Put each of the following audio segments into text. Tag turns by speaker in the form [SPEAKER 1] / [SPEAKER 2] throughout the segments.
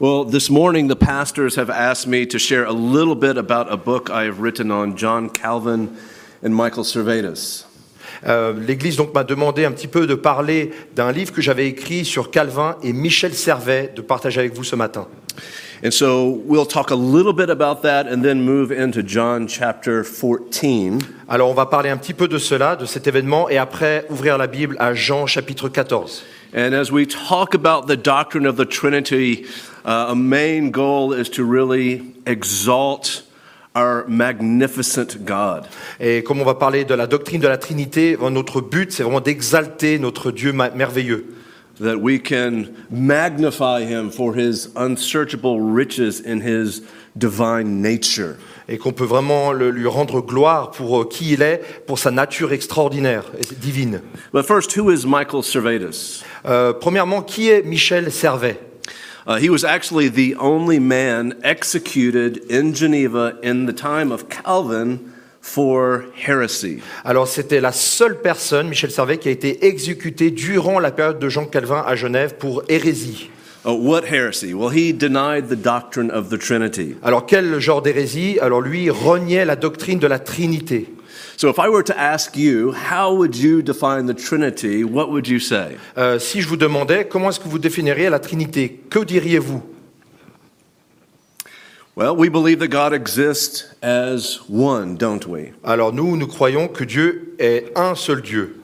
[SPEAKER 1] Well, this morning the pastors have asked me to share a little bit about a book I have written on John Calvin and Michael Servetus.
[SPEAKER 2] Euh, L'Église donc m'a demandé un petit peu de parler d'un livre que j'avais écrit sur Calvin et Michel Servet de partager avec vous ce matin.
[SPEAKER 1] And so we'll talk a little bit about that and then move into John chapter 14.
[SPEAKER 2] Alors on va parler un petit peu de cela, de cet événement, et après ouvrir la Bible à Jean chapitre 14.
[SPEAKER 1] And as we talk about the doctrine of the Trinity, uh, a main goal is to really exalt our magnificent God.
[SPEAKER 2] Et comme on va parler de la doctrine de la Trinité, ben, notre but c'est vraiment d'exalter notre Dieu ma- merveilleux.
[SPEAKER 1] that we can magnify him for his unsearchable riches in his divine nature.
[SPEAKER 2] Et qu'on peut vraiment le- lui rendre gloire pour euh, qui il est, pour sa nature extraordinaire, et divine.
[SPEAKER 1] But first, who is Michael Servetus?
[SPEAKER 2] Euh, premièrement, qui est Michel Servet
[SPEAKER 1] Uh, he was actually the only man executed in Geneva in the time of Calvin for heresy.
[SPEAKER 2] Alors c'était la seule personne, Michel Servet, qui a été exécutée durant la période de Jean Calvin à Genève pour hérésie.
[SPEAKER 1] Uh, what heresy? Well, he denied the doctrine of the Trinity.
[SPEAKER 2] Alors quel genre d'hérésie Alors lui il reniait la doctrine de la Trinité.
[SPEAKER 1] So, if I were to ask you, how would you define the Trinity? What would you say?
[SPEAKER 2] Euh, si je vous demandais comment est-ce que vous définiriez la Trinité, que diriez-vous
[SPEAKER 1] Well, we believe that God exists as one, don't we?
[SPEAKER 2] Alors nous, nous croyons que Dieu est un seul Dieu.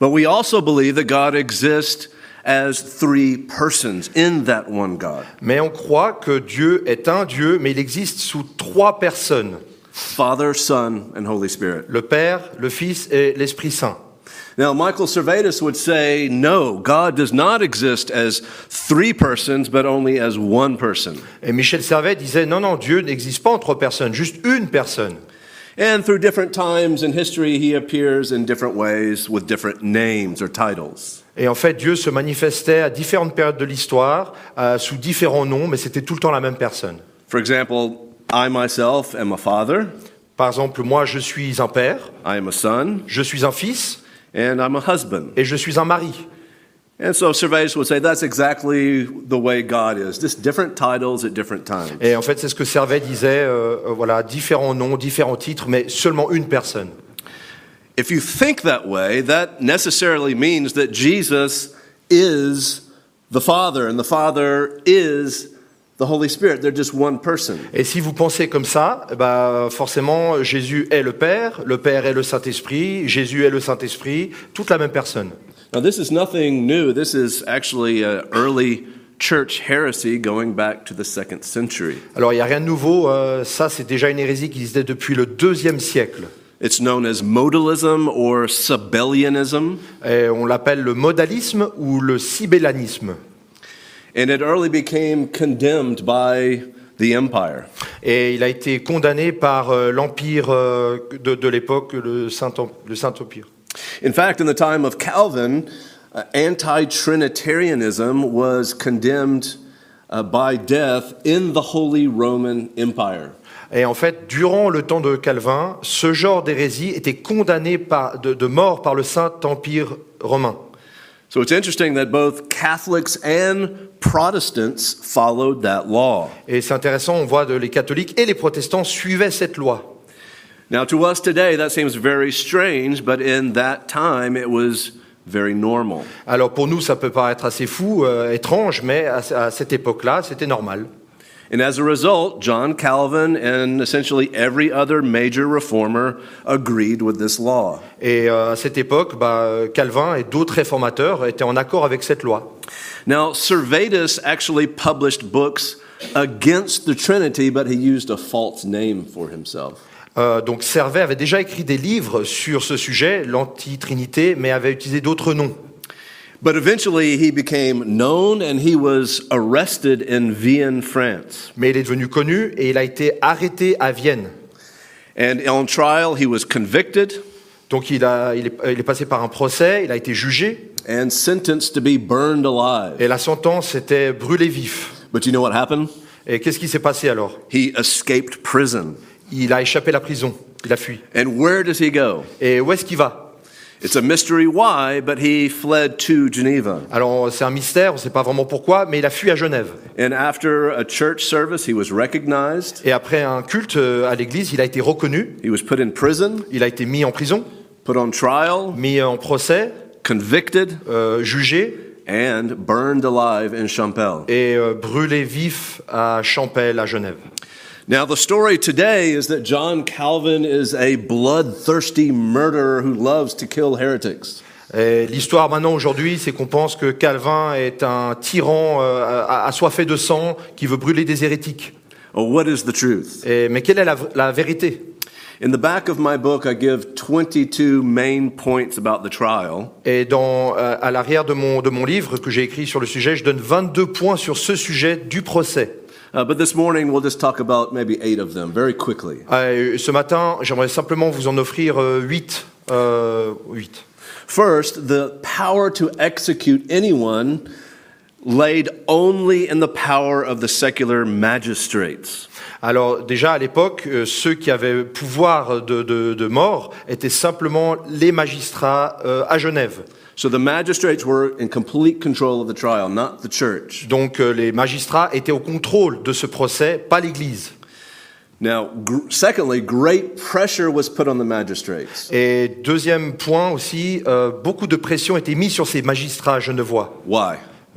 [SPEAKER 1] But we also believe that God exists as three persons in that one God
[SPEAKER 2] Mais on croit que Dieu est un Dieu, mais il existe sous trois personnes,
[SPEAKER 1] Father, Son, and Holy Spirit.
[SPEAKER 2] le Père, le Fils et l'Esprit Saint.
[SPEAKER 1] Now, Michael Servetus would say, no, God does not exist as three persons, but only as one person.
[SPEAKER 2] Et Michel Servet disait, non, non, Dieu n'existe pas en trois personnes, juste une personne.
[SPEAKER 1] And through different times in history, he appears in different ways with different names or titles.
[SPEAKER 2] Et en fait, Dieu se manifestait à différentes périodes de l'histoire, euh, sous différents noms, mais c'était tout le temps la même personne.
[SPEAKER 1] For example, I myself am a father,
[SPEAKER 2] Par exemple, moi, je suis un père,
[SPEAKER 1] I am a son,
[SPEAKER 2] je suis un fils,
[SPEAKER 1] and I'm a husband.
[SPEAKER 2] et je suis un mari.
[SPEAKER 1] And so Servetus would say that's exactly the way God is, just different titles at different times.
[SPEAKER 2] Et en fait, c'est ce que Servet disait, euh, euh, voilà, différents noms, différents titres, mais seulement une personne.
[SPEAKER 1] If you think that way, that necessarily means that Jesus is the Father and the Father is the Holy Spirit. They're just one person.
[SPEAKER 2] Et si vous pensez comme ça, eh ben, forcément, Jésus est le Père, le Père est le Saint-Esprit, Jésus est le Saint-Esprit, toute la même personne.
[SPEAKER 1] Now, this is nothing new. This is actually an early church heresy going back to the second century.
[SPEAKER 2] Alors, il n'y a rien de nouveau, euh, ça, c'est déjà une hérésie qui existait depuis le deuxième siècle.
[SPEAKER 1] It's known as modalism or Sabellianism.
[SPEAKER 2] Et on l'appelle le modalisme ou le sibélanisme.
[SPEAKER 1] And it early became condemned by the empire.
[SPEAKER 2] Et il a été condamné par euh, l'empire euh, de, de l'époque, le Saint-Em- le Saint-Empire.
[SPEAKER 1] In fact, in the time of Calvin, uh, anti Trinitarianism was condemned uh, by death in the Holy Roman Empire.
[SPEAKER 2] Et en fait, durant le temps de Calvin, ce genre d'hérésie était condamné par- de, de mort par le Saint-Empire romain.
[SPEAKER 1] So it's interesting that both Catholics and Protestants followed that law.
[SPEAKER 2] Et c'est intéressant, on voit que les catholiques et les protestants suivaient cette loi.
[SPEAKER 1] Now, to us today, that seems very strange, but in that time, it was very normal.
[SPEAKER 2] Alors pour nous, ça peut paraître assez fou, euh, étrange, mais à, à cette époque-là, c'était normal.
[SPEAKER 1] And as a result, John Calvin and essentially every other major reformer agreed with this law.
[SPEAKER 2] Et euh, à cette époque, bah, euh, Calvin et d'autres réformateurs étaient en accord avec cette loi.
[SPEAKER 1] Now, Servetus actually published books against the Trinity, but he used a false name for himself.
[SPEAKER 2] Euh, donc Servet avait déjà écrit des livres sur ce sujet, l'anti-trinité, mais avait utilisé d'autres noms.
[SPEAKER 1] But eventually, he became known and he was arrested in Vienne, France.
[SPEAKER 2] Mais il est devenu connu et il a été arrêté à Vienne.
[SPEAKER 1] And on trial, he was convicted
[SPEAKER 2] Donc il, a, il, est, euh, il est passé par un procès, il a été jugé,
[SPEAKER 1] and sentenced to be burned alive.
[SPEAKER 2] et la sentence était brûlé vif.
[SPEAKER 1] But you know what happened?
[SPEAKER 2] Et qu'est-ce qui s'est passé alors
[SPEAKER 1] He escaped prison.
[SPEAKER 2] Il a échappé à la prison, il a fui.
[SPEAKER 1] And where does he go?
[SPEAKER 2] Et où est-ce qu'il va
[SPEAKER 1] It's a mystery why, but he fled to Geneva.
[SPEAKER 2] Alors c'est un mystère, on ne sait pas vraiment pourquoi, mais il a fui à Genève.
[SPEAKER 1] And after a church service, he was recognized.
[SPEAKER 2] Et après un culte euh, à l'église, il a été reconnu,
[SPEAKER 1] He was put in prison,
[SPEAKER 2] il a été mis en prison,
[SPEAKER 1] put on trial,
[SPEAKER 2] mis en procès,
[SPEAKER 1] convicted,
[SPEAKER 2] euh, jugé
[SPEAKER 1] and burned alive in Champel.
[SPEAKER 2] et euh, brûlé vif à Champel, à Genève.
[SPEAKER 1] Now, the story today is that John Calvin is a bloodthirsty murderer who loves to kill heretics.
[SPEAKER 2] Et L'histoire maintenant aujourd'hui, c'est qu'on pense que Calvin est un tyran euh, a- assoiffé de sang qui veut brûler des hérétiques.
[SPEAKER 1] Well, what is the truth?
[SPEAKER 2] Et- mais quelle est la, v- la vérité
[SPEAKER 1] In the back of my book, I give 22 main points about the trial.
[SPEAKER 2] Et dans, euh, à l'arrière de mon, de mon livre que j'ai écrit sur le sujet, je donne 22 points sur ce sujet du procès.
[SPEAKER 1] Uh, but this morning, we'll just talk about maybe eight of them very quickly.
[SPEAKER 2] Euh, ce matin, j'aimerais simplement vous en offrir 8. Euh, huit.
[SPEAKER 1] First, the power to execute anyone laid only in the power of the secular magistrates.
[SPEAKER 2] Alors déjà à l'époque, euh, ceux qui avaient pouvoir de, de, de mort étaient simplement les magistrats euh, à Genève.
[SPEAKER 1] So the magistrates were in complete control of the trial, not the church.
[SPEAKER 2] Donc euh, les magistrats étaient au contrôle de ce procès, pas l'Église.
[SPEAKER 1] Now, gr- secondly, great pressure was put on the magistrates.
[SPEAKER 2] Et deuxième point aussi, euh, beaucoup de pression était mise sur ces magistrats genevois.
[SPEAKER 1] Why?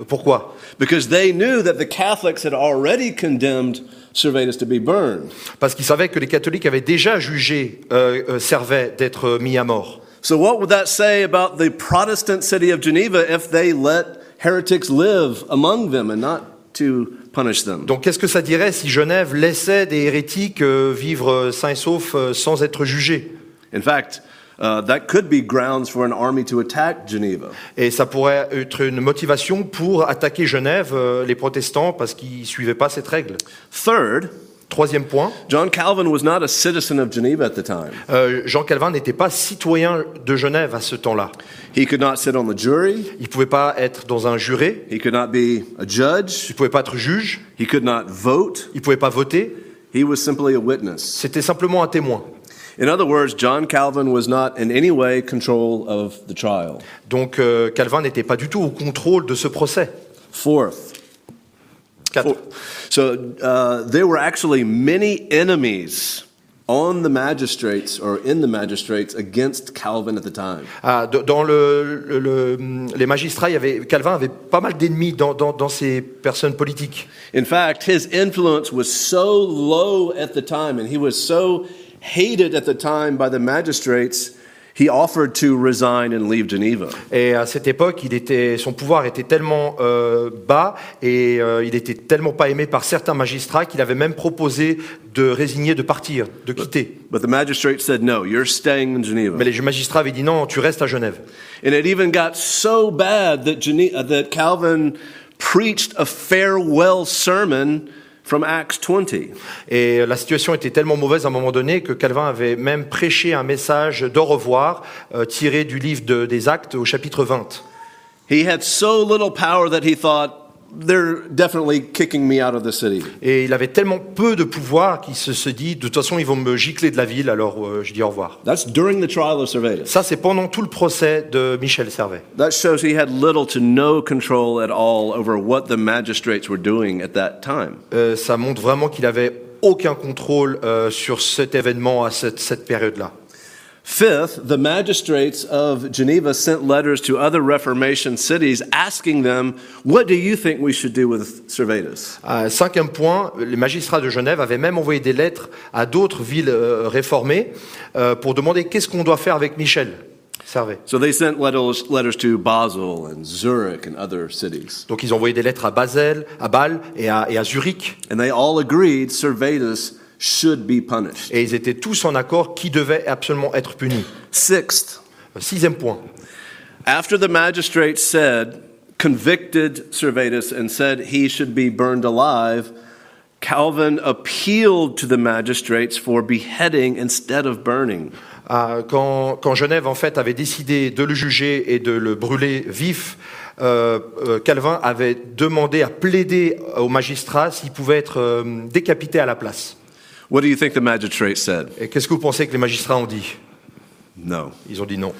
[SPEAKER 2] Pourquoi
[SPEAKER 1] Because they knew that the Catholics had already condemned Servetus to be burned.
[SPEAKER 2] Parce qu'ils savaient que les catholiques avaient déjà jugé euh, euh, Servet d'être euh, mis à mort.
[SPEAKER 1] So, what would that say about the Protestant city of Geneva if they let heretics live among them and not to punish them?
[SPEAKER 2] Donc qu'est-ce que ça dirait si Genève laissait des hérétiques euh, vivre euh, sains et saufs euh, sans être jugés
[SPEAKER 1] In fact, uh, that could be grounds for an army to attack Geneva.
[SPEAKER 2] Et ça pourrait être une motivation pour attaquer Genève, euh, les protestants, parce qu'ils suivaient pas cette règle.
[SPEAKER 1] Third,
[SPEAKER 2] Troisième point,
[SPEAKER 1] John Calvin was not a citizen of Geneva at the time.
[SPEAKER 2] euh, Jean Calvin n'était pas citoyen de Genève à ce temps-là.
[SPEAKER 1] He could not sit on the jury,
[SPEAKER 2] Il pouvait pas être dans un juré,
[SPEAKER 1] he could not be a judge,
[SPEAKER 2] il pouvait pas être juge,
[SPEAKER 1] he could not vote.
[SPEAKER 2] il pouvait pas voter,
[SPEAKER 1] He was simply a witness.
[SPEAKER 2] c'était simplement un témoin.
[SPEAKER 1] In other words, John Calvin was not in any way control of the trial.
[SPEAKER 2] Donc euh, Calvin n'était pas du tout au contrôle de ce procès.
[SPEAKER 1] Fourth,
[SPEAKER 2] Quatre.
[SPEAKER 1] Oh. So uh, there were actually many enemies on the magistrates or in the magistrates against Calvin at the time.
[SPEAKER 2] Ah, d- dans le, le- le- les magistrats, il y avait, Calvin avait pas mal d'ennemis dans, dans, dans ces personnes politiques.
[SPEAKER 1] In fact, his influence was so low at the time and he was so hated at the time by the magistrates, he offered to resign and leave Geneva.
[SPEAKER 2] Et à cette époque, il était, son pouvoir était tellement euh, bas et euh, il était tellement pas aimé par certains magistrats qu'il avait même proposé de résigner, de partir, de quitter.
[SPEAKER 1] But the magistrates said, no, you're staying in
[SPEAKER 2] Mais
[SPEAKER 1] Geneva.
[SPEAKER 2] les magistrats avaient dit non, tu restes à Genève.
[SPEAKER 1] And it even got so bad that, Gene- uh, that Calvin preached a farewell sermon from Acts 20.
[SPEAKER 2] Et la situation était tellement mauvaise à un moment donné que Calvin avait même prêché un message d'au revoir euh, tiré du livre de- des Actes au chapitre 20.
[SPEAKER 1] He had so little power that he thought, they're definitely kicking me out of the city.
[SPEAKER 2] Et il avait tellement peu de pouvoir qu'il se, se dit, de toute façon, ils vont me gicler de la ville, alors euh, je dis au revoir.
[SPEAKER 1] That's during the trial of Servetus.
[SPEAKER 2] Ça, c'est pendant tout le procès de Michel Servet.
[SPEAKER 1] That shows he had little to no control at all over what the magistrates were doing at that time.
[SPEAKER 2] Euh, ça montre vraiment qu'il avait aucun contrôle euh, sur cet événement à cette, cette période-là.
[SPEAKER 1] Fifth, the magistrates of Geneva sent letters to other Reformation cities asking them, What do you think we should do with Servetus?
[SPEAKER 2] Euh, cinquième point, les magistrats de Genève avaient même envoyé des lettres à d'autres villes euh, réformées euh, pour demander qu'est-ce qu'on doit faire avec Michel Servet.
[SPEAKER 1] So they sent letters, letters to Basel and Zurich and other cities.
[SPEAKER 2] Donc ils ont envoyé des lettres à Basel, à Bâle et à, et à Zurich,
[SPEAKER 1] And they all agreed Servetus should be punished.
[SPEAKER 2] et ils étaient tous en accord qui devait absolument être puni.
[SPEAKER 1] Sixth,
[SPEAKER 2] Euh, Sixième point,
[SPEAKER 1] After the magistrates said, convicted Servetus and said he should be burned alive, Calvin appealed to the magistrates for beheading instead of burning.
[SPEAKER 2] Euh, quand, quand Genève en fait avait décidé de le juger et de le brûler vif, euh, euh, Calvin avait demandé à plaider aux magistrats s'il pouvait être euh, décapité à la place.
[SPEAKER 1] What do you think the magistrates said?
[SPEAKER 2] Et qu'est-ce que vous pensez que les magistrats ont dit
[SPEAKER 1] No.
[SPEAKER 2] Ils ont dit non.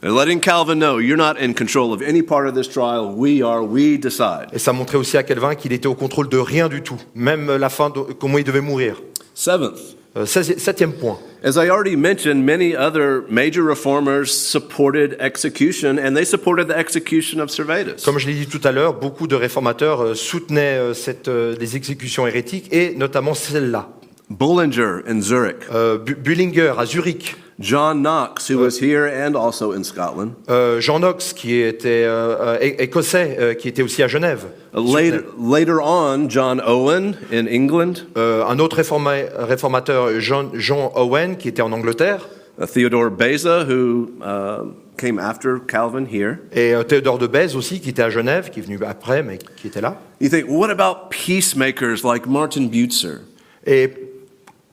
[SPEAKER 1] They're letting Calvin know you're not in control of any part of this trial. We are, we decide.
[SPEAKER 2] Et ça montrait aussi à Calvin qu'il était au contrôle de rien du tout, même la fin, de, comment il devait mourir.
[SPEAKER 1] Seventh,
[SPEAKER 2] Euh, seizi- septième point.
[SPEAKER 1] as I already mentioned, many other major reformers supported execution, and they supported the execution of Servetus.
[SPEAKER 2] Comme je l'ai dit tout à l'heure, beaucoup de réformateurs euh, soutenaient euh, cette, euh, les exécutions hérétiques, et notamment celle-là.
[SPEAKER 1] Bullinger in Zurich,
[SPEAKER 2] Euh, Bu- Bullinger à Zurich,
[SPEAKER 1] John Knox, who was here and also in Scotland,
[SPEAKER 2] euh, Jean Knox qui était euh, euh, é- écossais, euh, qui était aussi à Genève.
[SPEAKER 1] later, later on, John Owen in England,
[SPEAKER 2] Euh, un autre réforma- réformateur, John, John Owen, qui était en Angleterre,
[SPEAKER 1] uh, Theodore Beza, who uh, came after Calvin here.
[SPEAKER 2] et euh, Théodore de Bèze aussi, qui était à Genève, qui est venu après, mais qui était là.
[SPEAKER 1] You think, what about peacemakers like Martin Butzer?
[SPEAKER 2] Et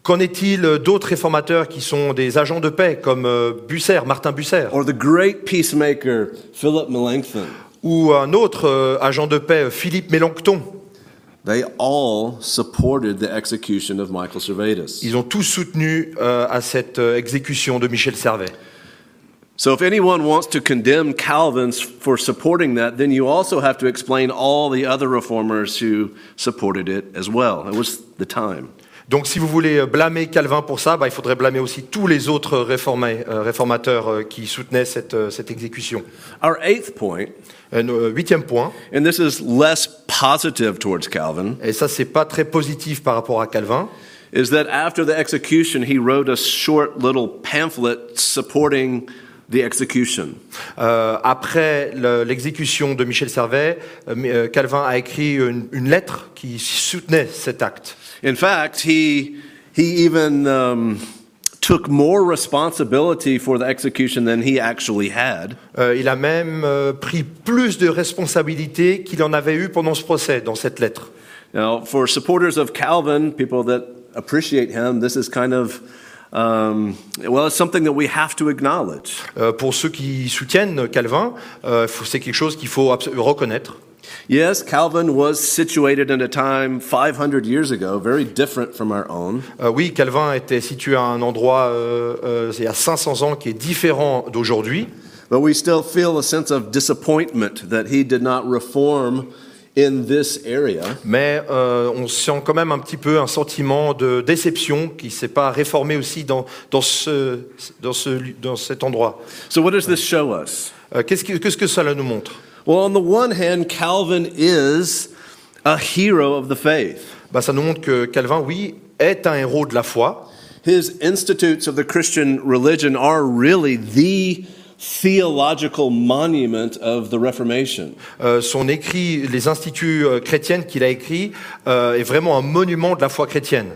[SPEAKER 2] qu'en est-il d'autres réformateurs qui sont des agents de paix, comme euh, Bucer, Martin Bucer,
[SPEAKER 1] Or the great peacemaker, Philip Melanchthon.
[SPEAKER 2] ou un autre euh, agent de paix, Philippe Mélenchon
[SPEAKER 1] They all supported the execution of Michael Servetus.
[SPEAKER 2] Ils ont tous soutenu euh, à cette euh, exécution de Michel Servet.
[SPEAKER 1] So, if anyone wants to condemn Calvin's for supporting that, then you also have to explain all the other reformers who supported it as well. It was the time.
[SPEAKER 2] Donc si vous voulez euh, blâmer Calvin pour ça, bah, il faudrait blâmer aussi tous les autres réformés, euh, réformateurs euh, qui soutenaient cette, euh, cette exécution.
[SPEAKER 1] Our eighth point,
[SPEAKER 2] Euh, no- euh, huitième point,
[SPEAKER 1] and this is less positive towards Calvin,
[SPEAKER 2] et ça c'est pas très positif par rapport à Calvin,
[SPEAKER 1] is that after the execution, he wrote a short little pamphlet supporting the execution.
[SPEAKER 2] Euh, après le- l'exécution de Michel Servet, euh, mais, euh, Calvin a écrit une, une lettre qui soutenait cet acte.
[SPEAKER 1] In fact, he he even um, took more responsibility for the execution than he actually had.
[SPEAKER 2] Euh, il a même euh, pris plus de responsabilités qu'il en avait eu pendant ce procès dans cette lettre.
[SPEAKER 1] Now, for supporters of Calvin, people that appreciate him, this is kind of um, well, it's something that we have to acknowledge.
[SPEAKER 2] Euh, pour ceux qui soutiennent Calvin, euh, faut- c'est quelque chose qu'il faut abso- reconnaître.
[SPEAKER 1] Yes, Calvin was situated in a time 500 years ago, very different from our own.
[SPEAKER 2] Euh, oui, Calvin était situé à un endroit, euh, euh, c'est il y a 500 ans, qui est différent d'aujourd'hui.
[SPEAKER 1] But we still feel a sense of disappointment that he did not reform in this area.
[SPEAKER 2] Mais euh, on sent quand même un petit peu un sentiment de déception qui ne s'est pas réformé aussi dans, dans, ce, dans, ce- dans cet endroit.
[SPEAKER 1] So, what does this show us?
[SPEAKER 2] Euh, Qu'est-ce que, qu'est-ce que cela nous montre
[SPEAKER 1] Well, on the one hand, Calvin is a hero of the faith.
[SPEAKER 2] Bah, Ça nous montre que Calvin, oui, est un héros de la foi.
[SPEAKER 1] His institutes of the Christian religion are really the theological monument of the Reformation.
[SPEAKER 2] Euh, son écrit, les instituts euh, chrétiennes qu'il a écrits, euh, est vraiment un monument de la foi chrétienne.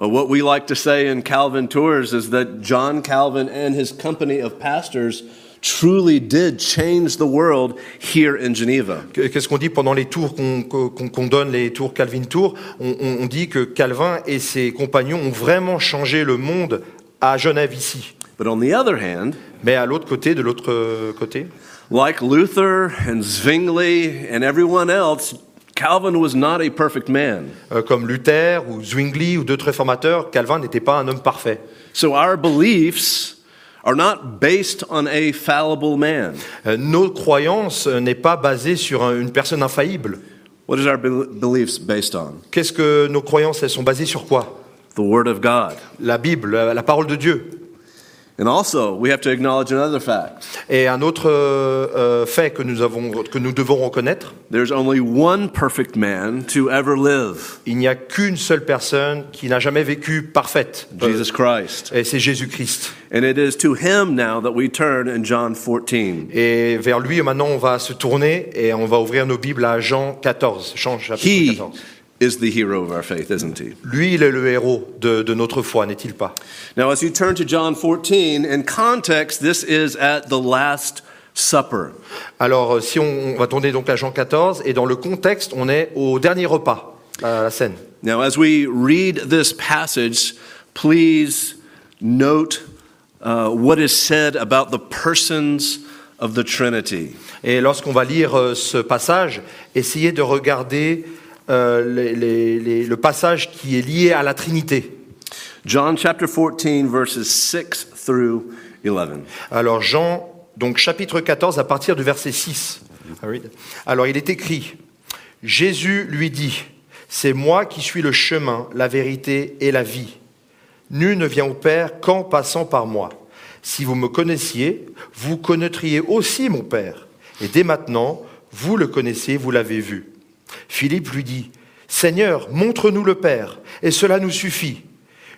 [SPEAKER 1] Uh, What we like to say in Calvin tours is that John Calvin and his company of pastors truly did change the world here in Geneva.
[SPEAKER 2] Que- Qu'est-ce qu'on dit pendant les tours qu'on qu'on- qu'on donne, les tours Calvin Tour on, on- on dit que Calvin et ses compagnons ont vraiment changé le monde à Genève ici.
[SPEAKER 1] But on the other hand,
[SPEAKER 2] Mais à l'autre côté, de l'autre euh, côté,
[SPEAKER 1] like Luther and Zwingli and everyone else, Calvin was not a perfect man.
[SPEAKER 2] euh, comme Luther ou Zwingli ou d'autres réformateurs, Calvin n'était pas un homme parfait.
[SPEAKER 1] So our beliefs are not based on a fallible man.
[SPEAKER 2] Euh, Nos croyances euh, n'est pas basée sur un- une personne infaillible.
[SPEAKER 1] What is our bel beliefs based on?
[SPEAKER 2] Qu'est-ce que nos croyances, elles sont basées sur quoi
[SPEAKER 1] The Word of God.
[SPEAKER 2] La Bible, la, la parole de Dieu.
[SPEAKER 1] And also, we have to acknowledge another fact.
[SPEAKER 2] Et un autre euh, euh, fait que nous, avons, que nous devons reconnaître,
[SPEAKER 1] There's only one perfect man to ever live,
[SPEAKER 2] il n'y a qu'une seule personne qui n'a jamais vécu parfaite. Euh,
[SPEAKER 1] Jesus Christ.
[SPEAKER 2] Et c'est Jésus-Christ.
[SPEAKER 1] And it is to him now that we turn in John 14.
[SPEAKER 2] Et vers lui, maintenant, on va se tourner et on va ouvrir nos Bibles à Jean 14, Jean chapitre
[SPEAKER 1] He
[SPEAKER 2] 14.
[SPEAKER 1] is the hero of our faith, isn't he?
[SPEAKER 2] Lui, il est le héros de, de notre foi, n'est-il pas
[SPEAKER 1] Now, as you turn to John 14, in context, this is at the Last Supper.
[SPEAKER 2] Alors, euh, si on, on va tourner donc à Jean 14, et dans le contexte, on est au dernier repas, à la scène.
[SPEAKER 1] Now, as we read this passage, please note uh, what is said about the persons of the Trinity.
[SPEAKER 2] Et lorsqu'on va lire euh, ce passage, essayez de regarder euh, les- les- les- le passage qui est lié à la Trinité.
[SPEAKER 1] John chapter 14, verses 6 through 11.
[SPEAKER 2] Alors, Jean donc chapitre 14 à partir du verset 6. Alors il est écrit, Jésus lui dit, C'est moi qui suis le chemin, la vérité et la vie. Nul ne vient au Père qu'en passant par moi. Si vous me connaissiez, vous connaîtriez aussi mon Père. Et dès maintenant, vous le connaissez, vous l'avez vu. Philippe lui dit, Seigneur, montre-nous le Père, et cela nous suffit.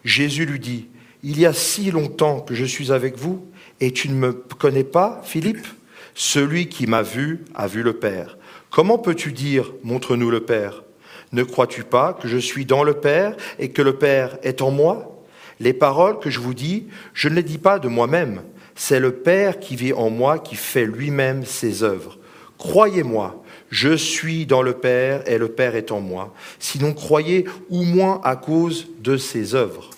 [SPEAKER 2] Jésus lui dit, Il y a si longtemps que je suis avec vous, et tu ne me connais pas, Philippe Celui qui m'a vu a vu le Père. Comment peux-tu dire, montre-nous le Père Ne crois-tu pas que je suis dans le Père et que le Père est en moi Les paroles que je vous dis, je ne les dis pas de moi-même. C'est le Père qui vit en moi qui fait lui-même ses œuvres. Croyez-moi, je suis dans le Père et le Père est en moi. Sinon, croyez au moins à cause de ses œuvres.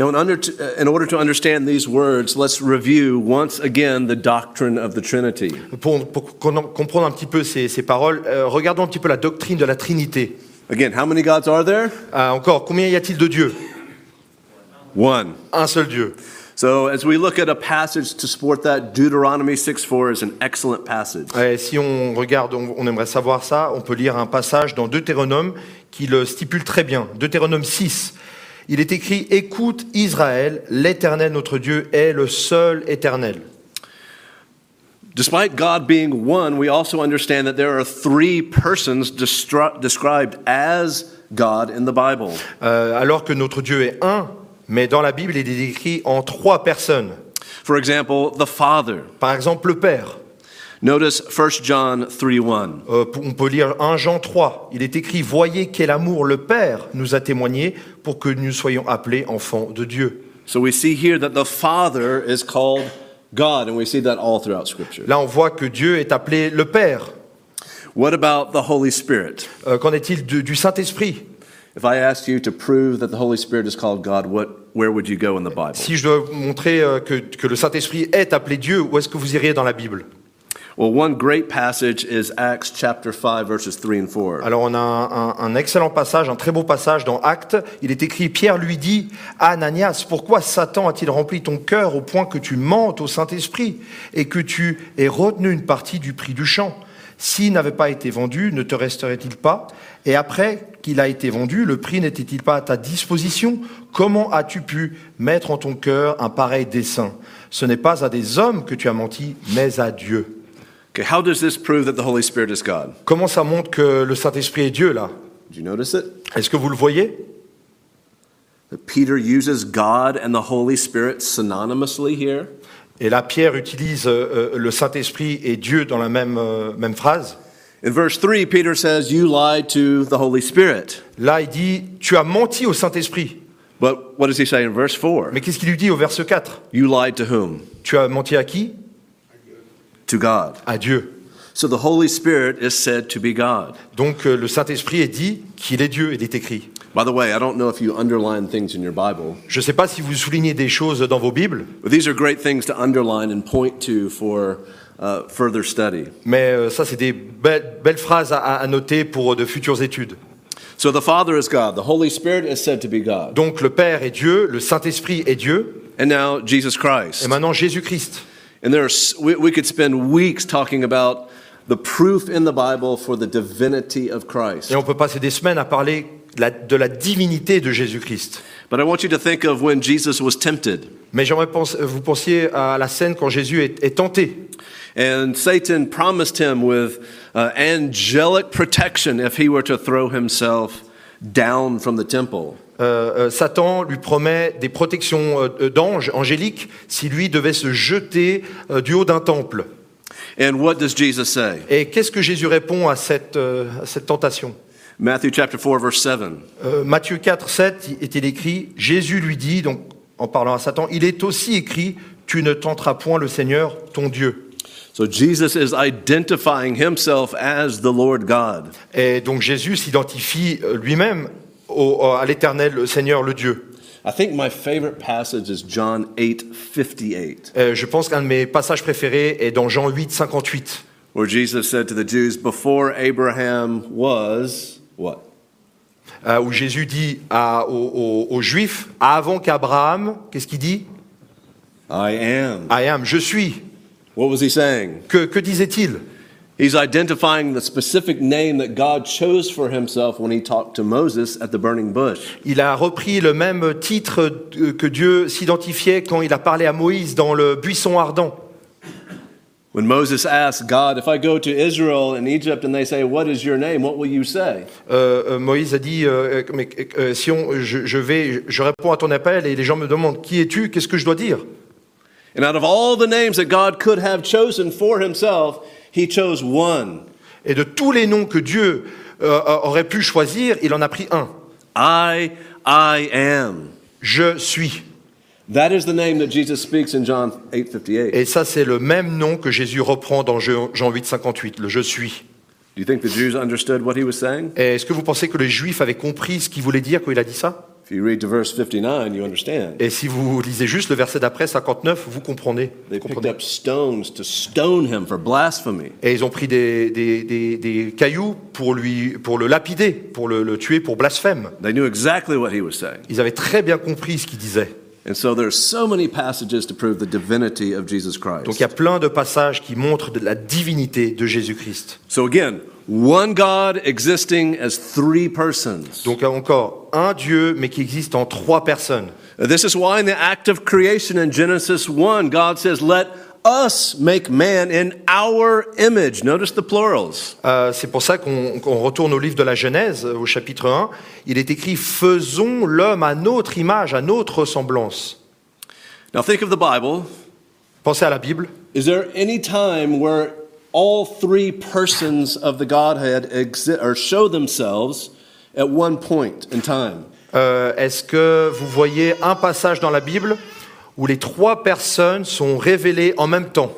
[SPEAKER 1] Now, in, under to, in order to understand these words, let's review once again the doctrine of the Trinity.
[SPEAKER 2] Pour, pour qu'on en- comprendre un petit peu ces, ces paroles, euh, regardons un petit peu la doctrine de la Trinité.
[SPEAKER 1] Again, how many gods are there?
[SPEAKER 2] Ah, encore, combien y a-t-il de dieux
[SPEAKER 1] One.
[SPEAKER 2] Un seul Dieu.
[SPEAKER 1] So, as we look at a passage to support that, Deuteronomy 6 4 is an excellent passage.
[SPEAKER 2] Ouais, Eh, si on regarde, on, on aimerait savoir ça, on peut lire un passage dans Deutéronome qui le stipule très bien. Deutéronome 6. Il est écrit Écoute Israël, l'Éternel notre Dieu est le seul Éternel.
[SPEAKER 1] Despite God being one, we also understand that there are three persons destru- described as God in the Bible.
[SPEAKER 2] Euh, alors que notre Dieu est un, mais dans la Bible, il est décrit en trois personnes.
[SPEAKER 1] For example, the Father.
[SPEAKER 2] Par exemple, le Père.
[SPEAKER 1] Notice 1 John 3 1.
[SPEAKER 2] Euh, on peut lire 1 Jean 3. Il est écrit Voyez quel amour le Père nous a témoigné pour que nous soyons appelés enfants de Dieu.
[SPEAKER 1] So we see here that the Father is called God, and we see that all throughout Scripture.
[SPEAKER 2] Là, on voit que Dieu est appelé le Père.
[SPEAKER 1] What about the Holy Spirit?
[SPEAKER 2] Euh, Qu'en est-il du, du Saint-Esprit
[SPEAKER 1] If I asked you to prove that the Holy Spirit is called God, what, where would you go in the Bible?
[SPEAKER 2] Si je dois vous montrer euh, que, que le Saint-Esprit est appelé Dieu, où est-ce que vous iriez dans la Bible
[SPEAKER 1] Well, one great passage is Acts chapter 5, verses 3 and 4.
[SPEAKER 2] Alors on a un, un- un excellent passage, un très beau passage dans Actes. Il est écrit, Pierre lui dit, Ananias, pourquoi Satan a-t-il rempli ton cœur au point que tu mentes au Saint-Esprit et que tu aies retenu une partie du prix du champ S'il n'avait pas été vendu, ne te resterait-il pas Et après qu'il a été vendu, le prix n'était-il pas à ta disposition Comment as-tu pu mettre en ton cœur un pareil dessein Ce n'est pas à des hommes que tu as menti, mais à Dieu.
[SPEAKER 1] Okay, how does this prove that the Holy Spirit is God?
[SPEAKER 2] Comment ça montre que le Saint-Esprit est Dieu là
[SPEAKER 1] Did you notice it?
[SPEAKER 2] Est-ce que vous le voyez
[SPEAKER 1] That Peter uses God and the Holy Spirit synonymously here.
[SPEAKER 2] Et là, Pierre utilise euh, euh, le Saint-Esprit et Dieu dans la même, euh, même phrase.
[SPEAKER 1] In verse 3, Peter says, You lied to the Holy Spirit.
[SPEAKER 2] Là, il dit, tu as menti au Saint-Esprit.
[SPEAKER 1] But what does he say in verse 4?
[SPEAKER 2] Mais qu'est-ce qu'il lui dit au verset 4
[SPEAKER 1] You lied to whom?
[SPEAKER 2] Tu as menti à qui
[SPEAKER 1] To God.
[SPEAKER 2] À Dieu.
[SPEAKER 1] So the Holy Spirit is said to be God.
[SPEAKER 2] Donc euh, le Saint-Esprit est dit qu'il est Dieu, il est écrit.
[SPEAKER 1] By the way, I don't know if you underline things in your Bible,
[SPEAKER 2] Je ne sais pas si vous soulignez des choses dans vos Bibles,
[SPEAKER 1] but these are great things to underline and point to for uh, further study.
[SPEAKER 2] mais euh, ça, c'est des belles, belles phrases à, à noter pour euh, de futures études.
[SPEAKER 1] So the Father is God, the Holy Spirit is said to be God.
[SPEAKER 2] Donc le Père est Dieu, le Saint-Esprit est Dieu,
[SPEAKER 1] And now Jesus
[SPEAKER 2] et
[SPEAKER 1] Christ.
[SPEAKER 2] maintenant Jésus-Christ.
[SPEAKER 1] And there's we, we could spend weeks talking about the proof in the Bible for the divinity of Christ.
[SPEAKER 2] Et on peut passer des semaines à parler de la- de la divinité de Jésus-Christ.
[SPEAKER 1] But I want you to think of when Jesus was tempted
[SPEAKER 2] Mais j'aimerais pense- vous pensiez à la scène quand Jésus est, est tenté.
[SPEAKER 1] and Satan promised him with uh, angelic protection if he were to throw himself down from the temple.
[SPEAKER 2] Euh, euh, Satan lui promet des protections euh, euh, d'anges angéliques si lui devait se jeter euh, du haut d'un temple.
[SPEAKER 1] And what does Jesus say?
[SPEAKER 2] Et qu'est-ce que Jésus répond à cette, euh, à cette tentation
[SPEAKER 1] Matthew chapter 4 verse 7.
[SPEAKER 2] Euh, Matthieu 4, 7 il- est-il écrit Jésus lui dit, donc en parlant à Satan, il est aussi écrit Tu ne tenteras point le Seigneur, ton Dieu.
[SPEAKER 1] So Jesus is identifying himself as the Lord God.
[SPEAKER 2] Et donc Jésus s'identifie euh, lui-même au- à l'éternel le Seigneur, le Dieu.
[SPEAKER 1] I think my favorite passage is John 8:58.
[SPEAKER 2] Euh, je pense qu'un de mes passages préférés est dans Jean 8, 58.
[SPEAKER 1] where Jesus said to the Jews, Before Abraham was what?
[SPEAKER 2] euh, où Jésus dit à- aux, aux- aux Juifs, avant qu'Abraham, qu'est-ce qu'il dit
[SPEAKER 1] I am.
[SPEAKER 2] I am, je suis.
[SPEAKER 1] What was he saying?
[SPEAKER 2] Que, que disait-il
[SPEAKER 1] He's identifying the specific name that God chose for himself when he talked to Moses at the burning bush.
[SPEAKER 2] Il a repris le même titre euh, que Dieu s'identifiait quand il a parlé à Moïse dans le buisson ardent.
[SPEAKER 1] When Moses asked God, If I go to Israel and Egypt and they say, What is your name? What will you say?
[SPEAKER 2] Euh, euh, Moïse a dit euh, mais, euh, si on, je, je vais, je réponds à ton appel et les gens me demandent qui es-tu, qu'est-ce que je dois dire
[SPEAKER 1] And out of all the names that God could have chosen for himself, he chose one
[SPEAKER 2] Et de tous les noms que Dieu euh, a- aurait pu choisir, il en a pris un.
[SPEAKER 1] I, I am.
[SPEAKER 2] Je suis.
[SPEAKER 1] That is the name that Jesus speaks in John 8 58. Do
[SPEAKER 2] Et ça, c'est le même nom que Jésus reprend dans Jean Jean 8, 58, le Je suis.
[SPEAKER 1] you think the Jews understood what he was saying?
[SPEAKER 2] Et Est-ce que vous pensez que les Juifs avaient compris ce qu'il voulait dire quand il a dit ça
[SPEAKER 1] If you read to verse 59, you understand.
[SPEAKER 2] Et si vous lisez juste le verset d'après, 59, vous comprenez.
[SPEAKER 1] They picked
[SPEAKER 2] comprenez.
[SPEAKER 1] up stones to stone him for blasphemy.
[SPEAKER 2] Et ils ont pris des, des- des- des cailloux pour, lui, pour le lapider, pour le- le tuer pour blasphème.
[SPEAKER 1] They knew exactly what he was saying.
[SPEAKER 2] Ils avaient très bien compris ce qu'il disait.
[SPEAKER 1] And so there are so many passages to prove the divinity of Jesus Christ.
[SPEAKER 2] Donc il y a plein de passages qui montrent de la divinité de Jésus-Christ.
[SPEAKER 1] So again, one God existing as three persons.
[SPEAKER 2] Donc encore un Dieu, mais qui existe en trois personnes.
[SPEAKER 1] Uh, This is why in the act of creation in Genesis 1, God says, Let us make man in our image. Notice the plurals.
[SPEAKER 2] Euh, c'est pour ça qu'on qu'on retourne au livre de la Genèse, euh, au chapitre 1. Il est écrit Faisons l'homme à notre image, à notre ressemblance.
[SPEAKER 1] Now think of the Bible.
[SPEAKER 2] Pensez à la Bible.
[SPEAKER 1] Is there any time where all three persons of the Godhead exi- or show themselves at one point in time?
[SPEAKER 2] Euh, Est-ce que vous voyez un passage dans la Bible où les trois personnes sont révélées en même temps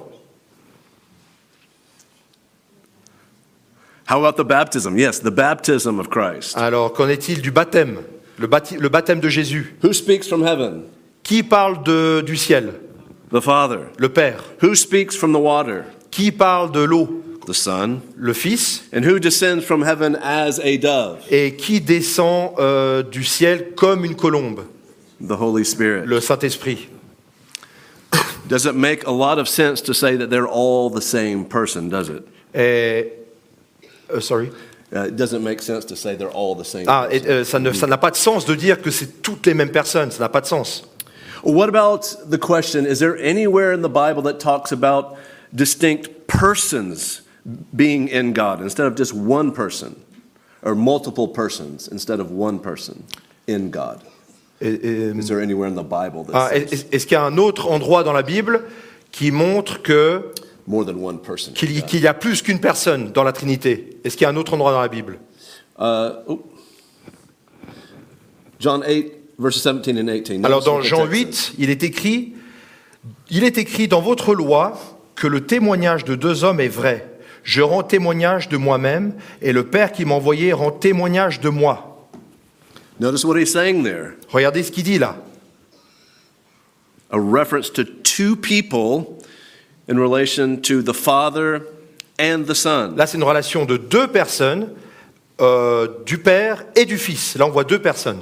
[SPEAKER 1] How about the baptism? Yes, the baptism of Christ.
[SPEAKER 2] Alors qu'en est-il du baptême le, bapti- le baptême de Jésus
[SPEAKER 1] Who speaks from heaven?
[SPEAKER 2] Qui parle de- du ciel
[SPEAKER 1] The Father.
[SPEAKER 2] Le Père.
[SPEAKER 1] Who speaks from the water?
[SPEAKER 2] Qui parle de l'eau
[SPEAKER 1] The Son.
[SPEAKER 2] Le Fils.
[SPEAKER 1] And who descends from heaven as a dove?
[SPEAKER 2] Et qui descend euh, du ciel comme une colombe
[SPEAKER 1] The Holy Spirit.
[SPEAKER 2] Le Saint-Esprit.
[SPEAKER 1] Does it make a lot of sense to say that they're all the same person, does it?
[SPEAKER 2] Et- Eh, euh, sorry.
[SPEAKER 1] Uh, it doesn't make sense to say they're all the same.
[SPEAKER 2] Ah, et, euh, ça ne- ça n'a pas de sens de dire que c'est toutes les mêmes personnes. Ça n'a pas de sens.
[SPEAKER 1] what about the question is there anywhere in the Bible that talks about distinct persons being in God instead of just one person or multiple persons instead of one person in God?
[SPEAKER 2] Et- et-
[SPEAKER 1] Is there anywhere in the Bible that
[SPEAKER 2] ah,
[SPEAKER 1] says
[SPEAKER 2] est- est- Est-ce qu'il y a un autre endroit dans la Bible qui montre que
[SPEAKER 1] more than one person?
[SPEAKER 2] qu'il y, qu'il y a plus qu'une personne dans la Trinité Est-ce qu'il y a un autre endroit dans la Bible
[SPEAKER 1] Uh, oh. John 8, verses 17 and 18.
[SPEAKER 2] Alors dans
[SPEAKER 1] Notice
[SPEAKER 2] Jean
[SPEAKER 1] what the text says.
[SPEAKER 2] 8, il est écrit Il est écrit dans votre loi que le témoignage de deux hommes est vrai. Je rends témoignage de moi-même et le Père qui m'a envoyé rend témoignage de moi.
[SPEAKER 1] Notice what he's saying there.
[SPEAKER 2] Regardez ce qu'il dit là.
[SPEAKER 1] a reference to two people in relation to the Father and the Son.
[SPEAKER 2] Là, c'est une relation de deux personnes, euh, du Père et du Fils. Là, on voit deux personnes.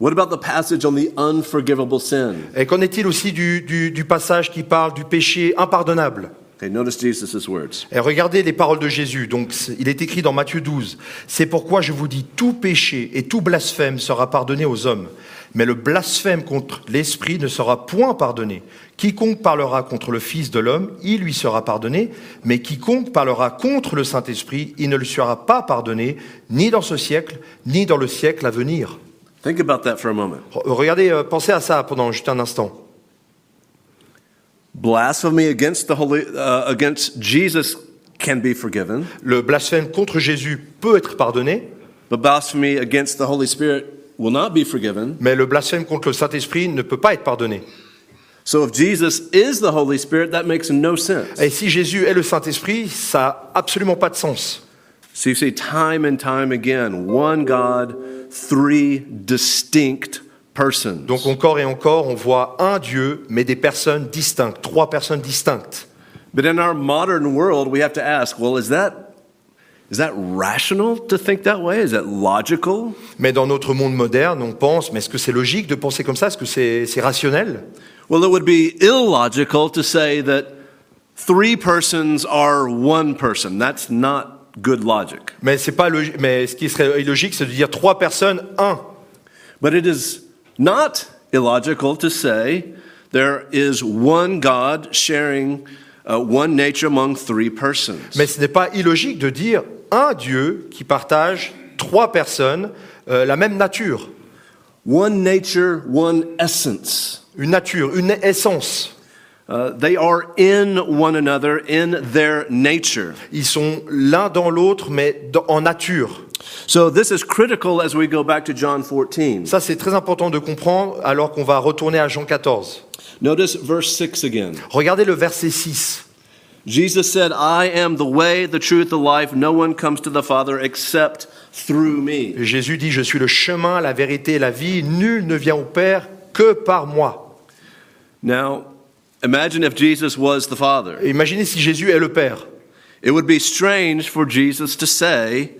[SPEAKER 1] What about the passage on the unforgivable sin?
[SPEAKER 2] Et qu'en est-il aussi du, du- du passage qui parle du péché impardonnable
[SPEAKER 1] Okay, notice Jesus' words.
[SPEAKER 2] Et Eh, regardez les paroles de Jésus. Donc, c'est- il est écrit dans Matthieu 12. C'est pourquoi je vous dis, tout péché et tout blasphème sera pardonné aux hommes. Mais le blasphème contre l'Esprit ne sera point pardonné. Quiconque parlera contre le Fils de l'homme, il lui sera pardonné. Mais quiconque parlera contre le Saint-Esprit, il ne lui sera pas pardonné, ni dans ce siècle, ni dans le siècle à venir.
[SPEAKER 1] Think about that for a moment.
[SPEAKER 2] Re- Regardez, euh, pensez à ça pendant juste un instant.
[SPEAKER 1] Blasphemy against the holy, uh, against Jesus can be forgiven,
[SPEAKER 2] Le blasphème contre Jésus peut être pardonné,
[SPEAKER 1] but blasphemy against the Holy Spirit will not be forgiven.
[SPEAKER 2] mais le blasphème contre le Saint-Esprit ne peut pas être pardonné.
[SPEAKER 1] So if Jesus is the Holy Spirit, that makes no sense.
[SPEAKER 2] Et si Jésus est le Saint-Esprit, ça n'a absolument pas de sens.
[SPEAKER 1] So you see, time and time again, one God, three distinct persons.
[SPEAKER 2] Donc encore et encore, on voit un Dieu, mais des personnes distinctes, trois personnes distinctes.
[SPEAKER 1] But in our modern world, we have to ask, well, is that is that rational to think that way? Is that logical?
[SPEAKER 2] Mais dans notre monde moderne, on pense, mais est-ce que c'est logique de penser comme ça Est-ce que c'est c'est rationnel
[SPEAKER 1] Well, it would be illogical to say that Three persons are one person. That's not good logic.
[SPEAKER 2] Mais, c'est pas logi- mais ce qui serait illogique, c'est de dire trois personnes, un.
[SPEAKER 1] But it is not illogical to say there is one God sharing uh, one nature among three persons.
[SPEAKER 2] Mais ce n'est pas illogique de dire un Dieu qui partage trois personnes euh, la même nature.
[SPEAKER 1] One nature, one essence.
[SPEAKER 2] Une nature, une essence.
[SPEAKER 1] Uh, they are in one another in their nature.
[SPEAKER 2] Ils sont l'un dans l'autre, mais dans- en nature.
[SPEAKER 1] So this is critical as we go back to John 14.
[SPEAKER 2] Ça, c'est très important de comprendre alors qu'on va retourner à Jean 14.
[SPEAKER 1] Notice verse 6 again.
[SPEAKER 2] Regardez le verset 6.
[SPEAKER 1] Jesus said, I am the way, the truth, the life. No one comes to the Father except through me.
[SPEAKER 2] Jésus dit, je suis le chemin, la vérité et la vie. Nul ne vient au Père que par moi.
[SPEAKER 1] Now, imagine if Jesus was the Father.
[SPEAKER 2] Et imaginez si Jésus est le Père.
[SPEAKER 1] It would be strange for Jesus to say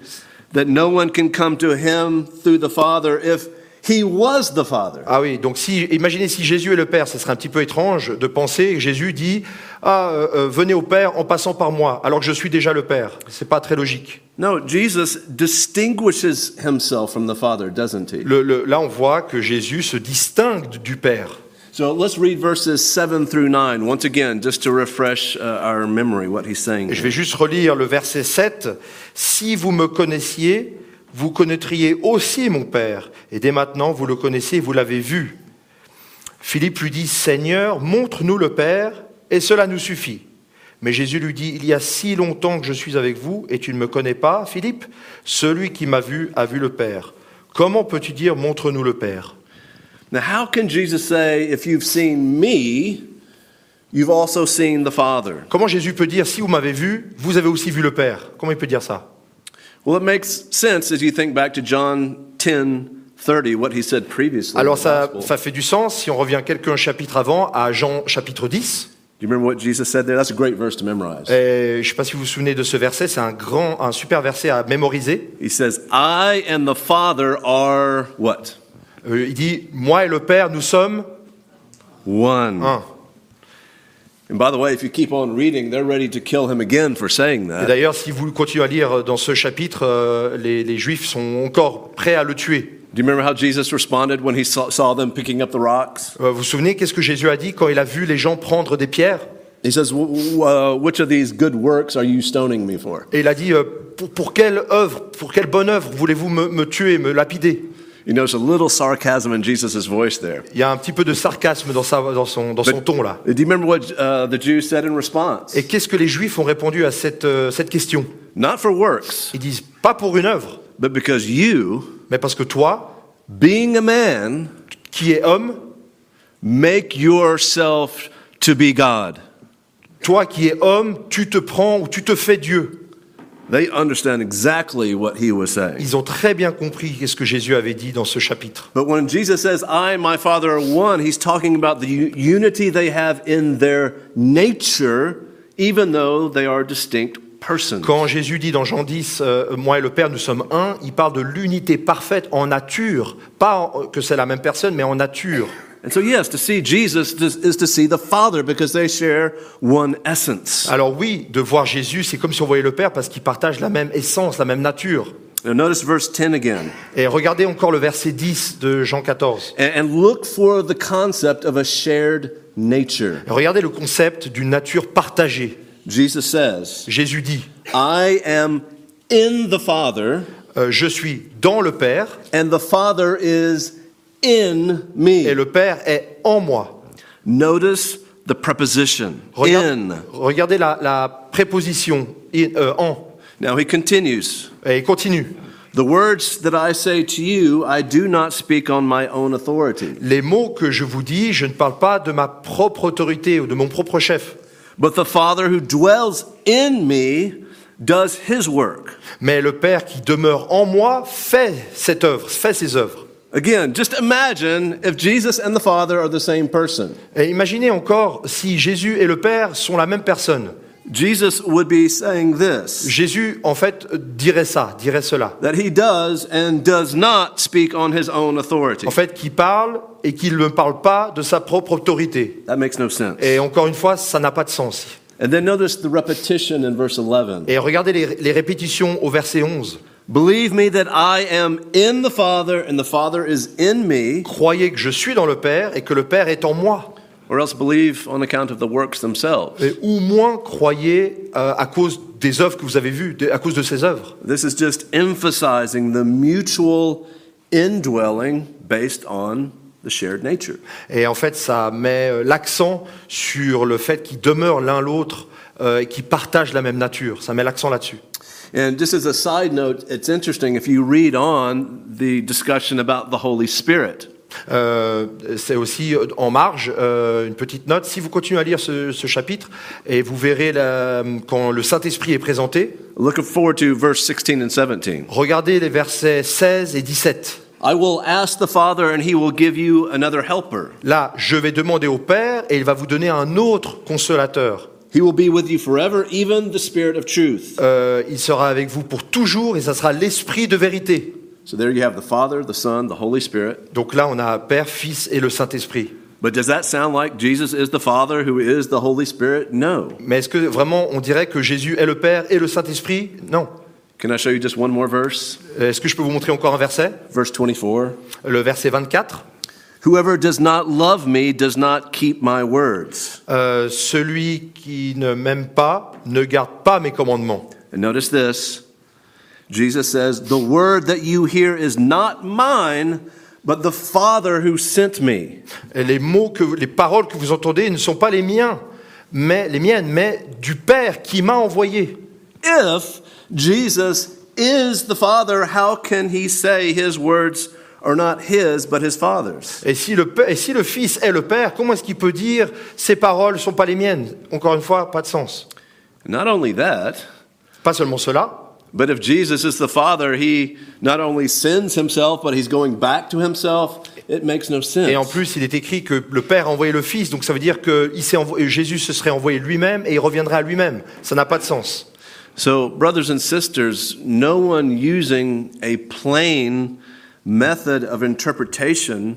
[SPEAKER 1] that no one can come to him through the Father if he was the Father.
[SPEAKER 2] Ah oui, donc si, imaginez si Jésus est le Père, ce serait un petit peu étrange de penser que Jésus dit Ah, euh, euh, venez au Père en passant par moi, alors que je suis déjà le Père. C'est pas très logique.
[SPEAKER 1] No, Jesus distinguishes himself from the Father, doesn't he?
[SPEAKER 2] Le- le- là, on voit que Jésus se distingue du Père.
[SPEAKER 1] So let's read verses 7 through 9 once again, just to refresh uh, our memory what he's saying.
[SPEAKER 2] Je
[SPEAKER 1] here.
[SPEAKER 2] vais juste relire le verset 7. Si vous me connaissiez, vous connaîtriez aussi mon Père. Et dès maintenant, vous le connaissez, vous l'avez vu. Philippe lui dit, Seigneur, montre-nous le Père, et cela nous suffit. Mais Jésus lui dit, Il y a si longtemps que je suis avec vous, et tu ne me connais pas, Philippe. Celui qui m'a vu a vu le Père. Comment peux-tu dire, montre-nous le Père
[SPEAKER 1] Now, how can Jesus say, if you've seen me, you've also seen the Father?
[SPEAKER 2] Comment Jésus peut dire, si vous m'avez vu, vous avez aussi vu le Père Comment il peut dire ça
[SPEAKER 1] Well, it makes sense as you think back to John 10 30, what he said previously. in
[SPEAKER 2] Alors
[SPEAKER 1] the
[SPEAKER 2] ça,
[SPEAKER 1] gospel.
[SPEAKER 2] ça fait du sens si on revient quelques chapitres avant à Jean chapitre 10.
[SPEAKER 1] Do you remember what Jesus said there? That's a great verse to memorize.
[SPEAKER 2] Et je ne sais pas si vous vous souvenez de ce verset, c'est un grand, un super verset à mémoriser.
[SPEAKER 1] He says, I and the Father are what?
[SPEAKER 2] Euh, il dit, moi et le Père, nous sommes
[SPEAKER 1] One.
[SPEAKER 2] un.
[SPEAKER 1] And by the way, if you keep on reading, they're ready to kill him again for saying
[SPEAKER 2] Et
[SPEAKER 1] that.
[SPEAKER 2] d'ailleurs, si vous continuez à lire dans ce chapitre, euh, les, les Juifs sont encore prêts à le tuer.
[SPEAKER 1] Do you remember how Jesus responded when he saw, saw them picking up the rocks?
[SPEAKER 2] Euh, vous vous souvenez, qu'est-ce que Jésus a dit quand il a vu les gens prendre des pierres
[SPEAKER 1] He says, "W- w- uh, Which of these good works are you stoning me for?
[SPEAKER 2] Et il a dit, euh, pour, pour quelle œuvre, pour quelle bonne œuvre voulez-vous me, me tuer, me lapider
[SPEAKER 1] You notice a little sarcasm in Jesus' voice there.
[SPEAKER 2] Il y a un petit peu de sarcasme dans, sa- dans son, dans son ton là.
[SPEAKER 1] Do you remember what uh, the Jews said in response?
[SPEAKER 2] Et qu'est-ce que les Juifs ont répondu à cette, euh, cette question
[SPEAKER 1] Not for works,
[SPEAKER 2] Ils disent pas pour une œuvre,
[SPEAKER 1] but because you,
[SPEAKER 2] mais parce que toi,
[SPEAKER 1] being a man,
[SPEAKER 2] qui es homme,
[SPEAKER 1] Make yourself to be God.
[SPEAKER 2] toi qui es homme, tu te prends ou tu te fais Dieu.
[SPEAKER 1] They understand exactly what he was saying.
[SPEAKER 2] Ils ont très bien compris ce que Jésus avait dit dans ce chapitre.
[SPEAKER 1] But when Jesus says, I and my Father are one, he's talking about the u- unity they have in their nature, even though they are distinct persons.
[SPEAKER 2] Quand Jésus dit dans Jean 10, euh, moi et le Père, nous sommes un, il parle de l'unité parfaite en nature. Pas en- que c'est la même personne, mais en nature.
[SPEAKER 1] And so, yes, to see Jesus is is to see the Father because they share one essence.
[SPEAKER 2] Alors oui, de voir Jésus, c'est comme si on voyait le Père parce qu'il partage la même essence, la même nature.
[SPEAKER 1] Now, notice verse 10 again.
[SPEAKER 2] Et regardez encore le verset 10 de Jean 14.
[SPEAKER 1] And, and look for the concept of a shared nature.
[SPEAKER 2] Regardez le concept d'une nature partagée.
[SPEAKER 1] Jesus says,
[SPEAKER 2] Jésus dit,
[SPEAKER 1] I am in the Father.
[SPEAKER 2] euh, je suis dans le Père
[SPEAKER 1] and the Father is in
[SPEAKER 2] et
[SPEAKER 1] me.
[SPEAKER 2] le Père est en moi.
[SPEAKER 1] Notice the preposition
[SPEAKER 2] Regarde-
[SPEAKER 1] in.
[SPEAKER 2] Regardez la, la préposition in- euh, en.
[SPEAKER 1] Now he continues.
[SPEAKER 2] Et il continue.
[SPEAKER 1] The words that I say to you, I do not speak on my own authority,
[SPEAKER 2] Les mots que je vous dis, je ne parle pas de ma propre autorité ou de mon propre chef,
[SPEAKER 1] but the Father who dwells in me does his work.
[SPEAKER 2] mais le Père qui demeure en moi fait cette œuvre, fait ses œuvres.
[SPEAKER 1] Again, just imagine if Jesus and the Father are the same person.
[SPEAKER 2] Et imaginez encore si Jésus et le Père sont la même personne.
[SPEAKER 1] Jesus would be saying this
[SPEAKER 2] Jésus, en fait, dirait ça, dirait cela.
[SPEAKER 1] that he does and does not speak on his own authority.
[SPEAKER 2] En fait, qui parle et qui ne parle pas de sa propre autorité.
[SPEAKER 1] That makes no sense.
[SPEAKER 2] Et encore une fois, ça n'a pas de sens.
[SPEAKER 1] And then notice the repetition in verse 11.
[SPEAKER 2] Et regardez les, les répétitions au verset 11.
[SPEAKER 1] Believe me that I am in the Father and the Father is in me,
[SPEAKER 2] Croyez que je suis dans le Père et que le Père est en moi.
[SPEAKER 1] or else believe on account of the works themselves.
[SPEAKER 2] Et- ou moins croyez euh, à cause des œuvres que vous avez vues, de- à cause de ces œuvres.
[SPEAKER 1] This is just emphasizing the mutual indwelling based on the shared nature.
[SPEAKER 2] Et en fait, ça met euh, l'accent sur le fait qu'ils demeurent l'un l'autre euh, et qu'ils partagent la même nature. Ça met l'accent là-dessus.
[SPEAKER 1] And just as a side note, it's interesting if you read on the discussion about the Holy Spirit.
[SPEAKER 2] Euh, c'est aussi euh, en marge euh, une petite note. Si vous continuez à lire ce, ce chapitre, et vous verrez la- quand le Saint-Esprit est présenté,
[SPEAKER 1] Looking forward to verse 16 and 17.
[SPEAKER 2] regardez les versets 16 et 17.
[SPEAKER 1] I will ask the Father, and he will give you another helper.
[SPEAKER 2] Là, je vais demander au Père et il va vous donner un autre consolateur.
[SPEAKER 1] He will be with you forever, even the Spirit of truth.
[SPEAKER 2] Euh, il sera avec vous pour toujours et ça sera l'Esprit de vérité.
[SPEAKER 1] So there you have the Father, the Son, the Holy Spirit.
[SPEAKER 2] Donc là, on a Père, Fils et le Saint-Esprit.
[SPEAKER 1] But does that sound like Jesus is the Father who is the Holy Spirit? No.
[SPEAKER 2] Mais est-ce que vraiment on dirait que Jésus est le Père et le Saint-Esprit Non. Euh,
[SPEAKER 1] Can I show you just one more verse?
[SPEAKER 2] Est-ce que je peux vous montrer encore un verset
[SPEAKER 1] Verse 24.
[SPEAKER 2] Le verset 24.
[SPEAKER 1] Whoever does not love me does not keep my words.
[SPEAKER 2] Euh, celui qui ne m'aime pas ne garde pas mes commandements.
[SPEAKER 1] And notice this Jesus says, The word that you hear is not mine, but the Father who sent me.
[SPEAKER 2] Et les mots que, les paroles que vous entendez ne sont pas les miens, mais les miennes, mais du Père qui m'a envoyé.
[SPEAKER 1] If Jesus is the Father, how can he say his words are not his, but his Father's?
[SPEAKER 2] Et si le, Père- et si le Fils est le Père, comment est-ce qu'il peut dire ces paroles ne sont pas les miennes Encore une fois, pas de sens.
[SPEAKER 1] Not only that,
[SPEAKER 2] Pas seulement cela,
[SPEAKER 1] but if Jesus is the Father, he not only sends himself, but he's going back to himself. It makes no sense.
[SPEAKER 2] et en plus il est écrit que le Père a envoyé le Fils, donc ça veut dire que il s'est envo- Jésus se serait envoyé lui-même et il reviendrait à lui-même. Ça n'a pas de sens.
[SPEAKER 1] So, brothers and sisters, no one using a plain method of interpretation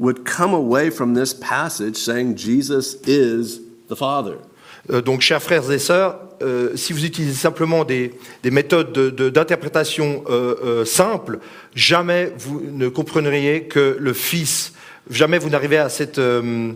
[SPEAKER 1] would come away from this passage saying Jesus is the Father.
[SPEAKER 2] Euh, donc, chers frères et sœurs, euh, si vous utilisez simplement des, des méthodes de- de- d'interprétation euh, euh, simples, jamais vous ne comprendriez que le Fils, jamais vous n'arrivez à, cette, euh,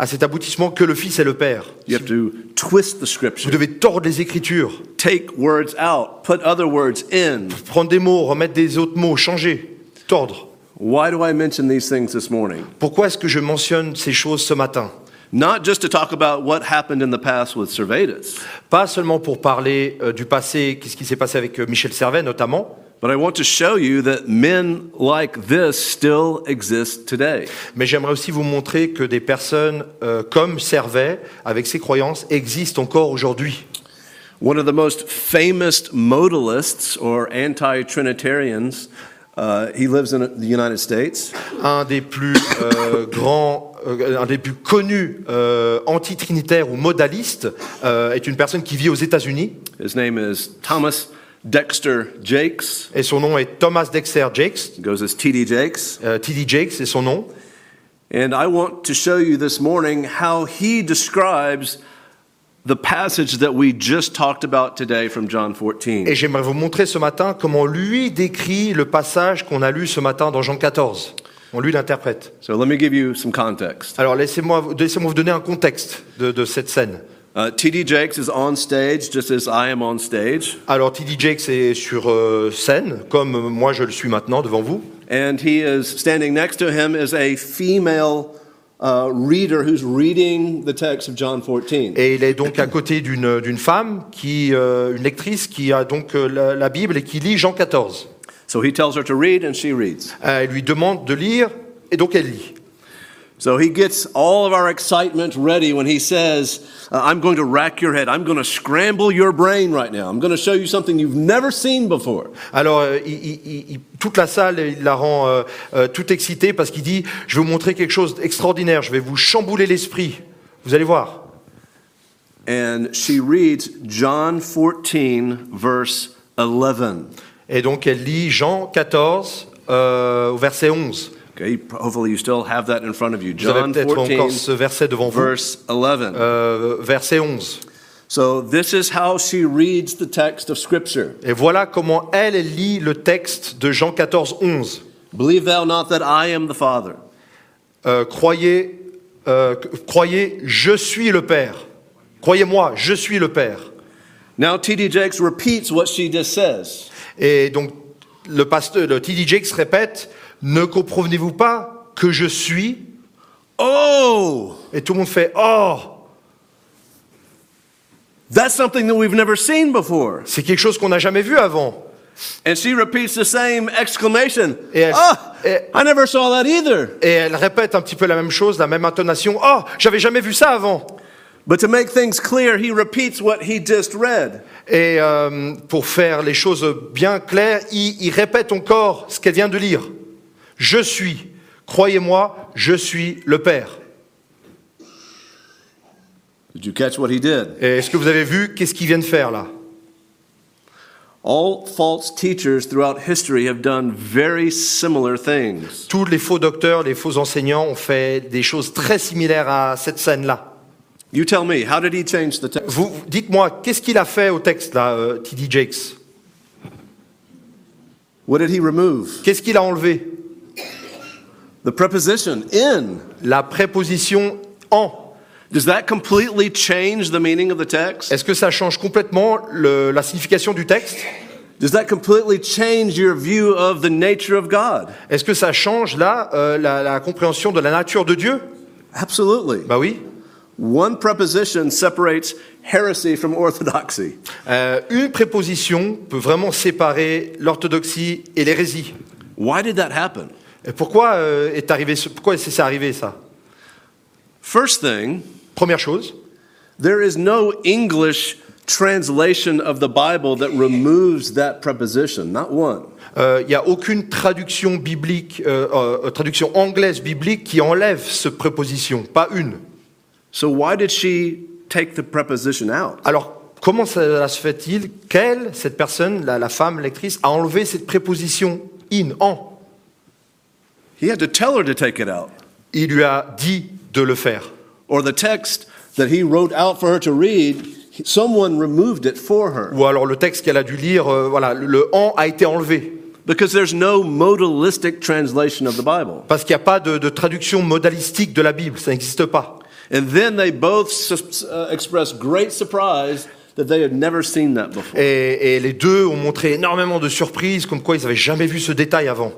[SPEAKER 2] à cet aboutissement que le Fils est le Père.
[SPEAKER 1] You have to twist the
[SPEAKER 2] Vous
[SPEAKER 1] scripture,
[SPEAKER 2] devez tordre les Écritures,
[SPEAKER 1] take words out, put other words in.
[SPEAKER 2] prendre des mots, remettre des autres mots, changer, tordre.
[SPEAKER 1] Why do I mention these things this morning?
[SPEAKER 2] Pourquoi est-ce que je mentionne ces choses ce matin
[SPEAKER 1] Not just to talk about what happened in the past with Servetus,
[SPEAKER 2] Pas seulement pour parler euh, du passé, qu'est-ce qui s'est passé avec euh, Michel Servet notamment,
[SPEAKER 1] but I want to show you that men like this still exist today.
[SPEAKER 2] Mais j'aimerais aussi vous montrer que des personnes euh, comme Servet, avec ses croyances, existent encore aujourd'hui.
[SPEAKER 1] One of the most famous modalists or anti Trinitarians, uh, he lives in the United States.
[SPEAKER 2] Un des plus euh, grands, euh, un des plus connus euh, anti-trinitaires ou modalistes euh, est une personne qui vit aux États-Unis
[SPEAKER 1] His name is Thomas Dexter Jakes,
[SPEAKER 2] et son nom est Thomas Dexter Jakes.
[SPEAKER 1] He goes as T.D. Jakes.
[SPEAKER 2] Euh, T.D. Jakes, c'est son nom.
[SPEAKER 1] And I want to show you this morning how he describes the passage that we just talked about today from John 14.
[SPEAKER 2] Et j'aimerais vous montrer ce matin comment lui décrit le passage qu'on a lu ce matin dans Jean 14. On lui l'interprète.
[SPEAKER 1] So let me give you some context.
[SPEAKER 2] Alors laissez-moi laissez-moi vous donner un contexte de- de cette scène.
[SPEAKER 1] Uh, T.D. Jakes is on stage just as I am on stage,
[SPEAKER 2] Alors TD Jakes est sur euh, scène, comme euh, moi je le suis maintenant devant vous.
[SPEAKER 1] And he is standing next to him is a female uh, reader who's reading the text of John 14.
[SPEAKER 2] Et il est donc à côté d'une d'une femme, qui, euh, une lectrice qui a donc euh, la, la Bible et qui lit Jean 14.
[SPEAKER 1] So he tells her to read, and she reads.
[SPEAKER 2] Euh, elle lui demande de lire, et donc elle lit.
[SPEAKER 1] So he gets all of our excitement ready when he says, uh, I'm going to rack your head. I'm going to scramble your brain right now. I'm going to show you something you've never seen before.
[SPEAKER 2] Alors euh, il- il- il- il- toute la salle, il la rend euh, euh, tout excitée parce qu'il dit, je vais vous montrer quelque chose d'extraordinaire, je vais vous chambouler l'esprit, vous allez voir.
[SPEAKER 1] And she reads John 14, verse 11.
[SPEAKER 2] Et donc elle lit Jean 14 euh, au verset 11.
[SPEAKER 1] Okay, hopefully you still have that in front of you.
[SPEAKER 2] Vous avez
[SPEAKER 1] John
[SPEAKER 2] peut-être encore
[SPEAKER 1] 14, Uh.
[SPEAKER 2] ce verset devant vous.
[SPEAKER 1] verse 11.
[SPEAKER 2] Euh, verset 11.
[SPEAKER 1] So, this is how she reads the text of Scripture.
[SPEAKER 2] Et voilà comment elle lit le texte de Jean 14, 11.
[SPEAKER 1] Believe thou not that I am the Father.
[SPEAKER 2] Euh, croyez, euh, croyez, je suis le Père. Croyez-moi, je suis le Père.
[SPEAKER 1] Now, T.D. Jakes repeats what she just says.
[SPEAKER 2] Et donc, le pasteur, le T.D. Jakes répète Ne comprenez-vous pas que je suis
[SPEAKER 1] Oh,
[SPEAKER 2] Et tout le monde fait Oh
[SPEAKER 1] that's something that we've never seen before.
[SPEAKER 2] C'est quelque chose qu'on n'a jamais vu avant.
[SPEAKER 1] And she repeats the same exclamation.
[SPEAKER 2] Yes.
[SPEAKER 1] Ah,
[SPEAKER 2] Eh.
[SPEAKER 1] I never saw that either.
[SPEAKER 2] Et elle répète un petit peu la même chose, la même intonation Oh, j'avais jamais vu ça avant
[SPEAKER 1] But to make things clear, he repeats what he just read.
[SPEAKER 2] Et euh, pour faire les choses bien claires, il, il répète encore ce qu'elle vient de lire. Je suis, croyez-moi, je suis le Père.
[SPEAKER 1] Did you catch what he did?
[SPEAKER 2] Et est-ce que vous avez vu qu'est-ce qu'il vient de faire là
[SPEAKER 1] All false teachers throughout history have done very similar things.
[SPEAKER 2] Tous les faux docteurs, les faux enseignants ont fait des choses très similaires à cette scène-là.
[SPEAKER 1] You tell me, how did he change the text?
[SPEAKER 2] Vous dites-moi, qu'est-ce qu'il a fait au texte là, euh, T.D. Jakes
[SPEAKER 1] What did he remove?
[SPEAKER 2] Qu'est-ce qu'il a enlevé
[SPEAKER 1] The preposition in.
[SPEAKER 2] La préposition en.
[SPEAKER 1] Does that completely change the meaning of the text?
[SPEAKER 2] Est-ce que ça change complètement le- la signification du texte
[SPEAKER 1] Does that completely change your view of the nature of God?
[SPEAKER 2] Est-ce que ça change là euh, la, la compréhension de la nature de Dieu
[SPEAKER 1] Absolutely.
[SPEAKER 2] Bah oui.
[SPEAKER 1] One preposition separates heresy from orthodoxy.
[SPEAKER 2] Euh, une préposition peut vraiment séparer l'orthodoxie et l'hérésie.
[SPEAKER 1] Why did that happen?
[SPEAKER 2] Et pourquoi euh, est arrivé ce- pourquoi c'est ça arrivé ça
[SPEAKER 1] First thing,
[SPEAKER 2] Première chose,
[SPEAKER 1] there is no English translation of the Bible that removes that preposition, not one.
[SPEAKER 2] euh, il n'y a aucune traduction biblique, euh, euh, traduction anglaise biblique qui enlève cette préposition, pas une.
[SPEAKER 1] So why did she take the preposition out?
[SPEAKER 2] Alors comment cela se fait-il qu'elle, cette personne, la, la femme lectrice, a enlevé cette préposition in, en
[SPEAKER 1] He had to tell her to take it out,
[SPEAKER 2] Il lui a dit de le faire.
[SPEAKER 1] or the text that he wrote out for her to read, someone removed it for her.
[SPEAKER 2] Ou alors le texte qu'elle a dû lire, euh, voilà, le- le en a été enlevé.
[SPEAKER 1] Because there's no modalistic translation of the Bible.
[SPEAKER 2] Parce qu'il n'y a pas de, de traduction modalistique de la Bible, ça n'existe pas.
[SPEAKER 1] And then they both su- uh, expressed great surprise that they had never seen that before.
[SPEAKER 2] Et, et les deux ont montré énormément de surprises, comme quoi ils n'avaient jamais vu ce détail avant.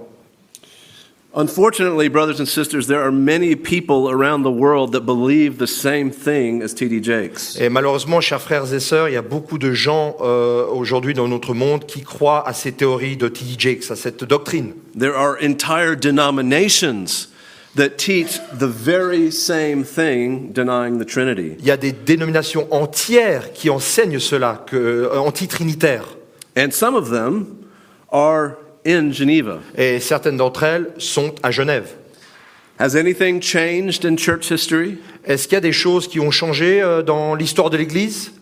[SPEAKER 1] Unfortunately, brothers and sisters, there are many people around the world that believe the same thing as T.D. Jakes.
[SPEAKER 2] Et malheureusement, chers frères et sœurs, il y a beaucoup de gens euh, aujourd'hui dans notre monde qui croient à ces théories de T.D. Jakes, à cette doctrine.
[SPEAKER 1] There are entire denominations that teach the very same thing, denying the Trinity.
[SPEAKER 2] Il y a des dénominations entières qui enseignent cela, que, euh, anti-trinitaires.
[SPEAKER 1] And some of them are in Geneva.
[SPEAKER 2] Et certaines d'entre elles sont à Genève.
[SPEAKER 1] Has anything changed in church history?
[SPEAKER 2] Est-ce qu'il y a des choses qui ont changé euh, dans l'histoire de l'Église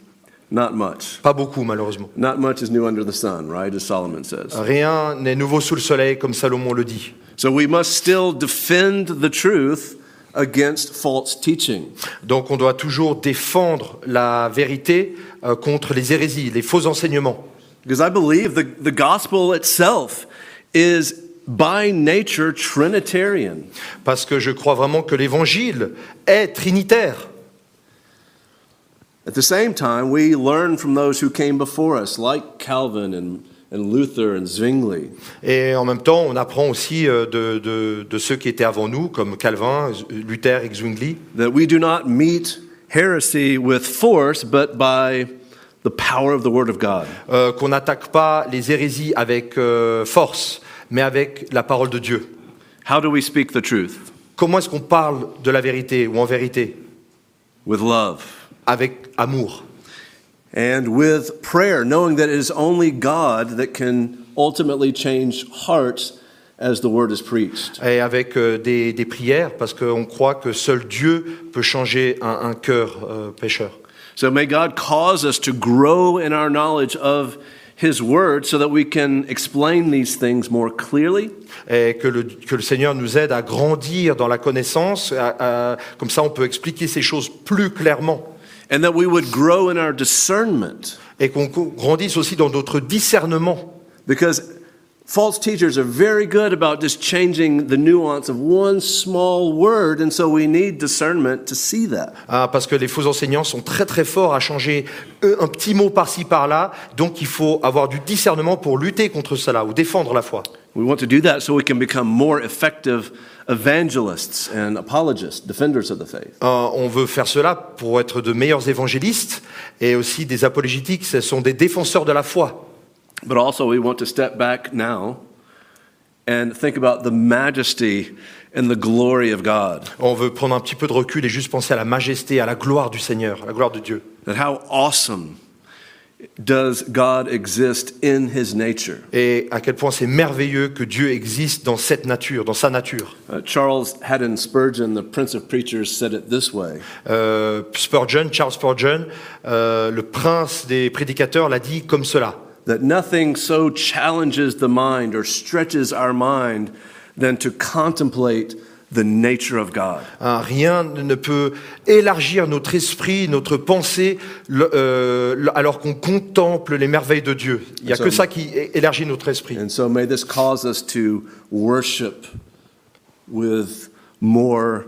[SPEAKER 1] Not much.
[SPEAKER 2] Pas beaucoup, malheureusement.
[SPEAKER 1] Not much is new under the sun, right, as Solomon says.
[SPEAKER 2] Rien n'est nouveau sous le soleil, comme Salomon le dit.
[SPEAKER 1] So we must still defend the truth against false teaching.
[SPEAKER 2] Donc on doit toujours défendre la vérité euh, contre les hérésies, les faux enseignements.
[SPEAKER 1] Because I believe the, the gospel itself is by nature Trinitarian.
[SPEAKER 2] Parce que je crois vraiment que l'évangile est trinitaire.
[SPEAKER 1] At the same time, we learn from those who came before us, like Calvin and, and Luther and Zwingli.
[SPEAKER 2] Et en même temps, on apprend aussi euh, de, de- de ceux qui étaient avant nous, comme Calvin, Luther et Zwingli,
[SPEAKER 1] that we do not meet heresy with force, but by the power of the Word of God.
[SPEAKER 2] euh, qu'on n'attaque pas les hérésies avec euh, force, mais avec la parole de Dieu.
[SPEAKER 1] How do we speak the truth?
[SPEAKER 2] Comment est-ce qu'on parle de la vérité ou en vérité
[SPEAKER 1] With love
[SPEAKER 2] Avec amour.
[SPEAKER 1] and with prayer, knowing that it is only God that can ultimately change hearts as the Word is preached.
[SPEAKER 2] Et avec euh, des, des prières, parce qu'on croit que seul Dieu peut changer un, un cœur euh, pécheur.
[SPEAKER 1] So may God cause us to grow in our knowledge of His Word so that we can explain these things more clearly
[SPEAKER 2] Et que le, que le Seigneur nous aide à grandir dans la connaissance, à- à- comme ça on peut expliquer ces choses plus clairement.
[SPEAKER 1] and that we would grow in our discernment
[SPEAKER 2] et qu'on co- grandisse aussi dans notre discernement.
[SPEAKER 1] because false teachers are very good about just changing the nuance of one small word, and so we need discernment to see that.
[SPEAKER 2] hein, parce que les faux enseignants sont très très forts à changer euh, un petit mot par-ci par-là, donc il faut avoir du discernement pour lutter contre cela ou défendre la foi.
[SPEAKER 1] We want to do that so we can become more effective evangelists and apologists, defenders of the faith.
[SPEAKER 2] Euh, on veut faire cela pour être de meilleurs évangélistes et aussi des apologétiques, ce sont des défenseurs de la foi.
[SPEAKER 1] But also, we want to step back now and think about the majesty and the glory of God.
[SPEAKER 2] On veut prendre un petit peu de recul et juste penser à la majesté, à la gloire du Seigneur, à la gloire de Dieu.
[SPEAKER 1] That how awesome does God exist in his nature?
[SPEAKER 2] Et à quel point c'est merveilleux que Dieu existe dans cette nature, dans sa nature.
[SPEAKER 1] Uh, Charles Haddon Spurgeon, the Prince of Preachers, said it this way
[SPEAKER 2] Euh, Spurgeon, Charles Spurgeon, euh, le prince des prédicateurs, l'a dit comme cela.
[SPEAKER 1] that nothing so challenges the mind or stretches our mind than to contemplate the nature of God.
[SPEAKER 2] Hein, rien ne peut élargir notre esprit, notre pensée, le- euh, le- alors qu'on contemple les merveilles de Dieu. Il n'y a que ça qui é- élargit notre esprit.
[SPEAKER 1] And so may this cause us to worship with more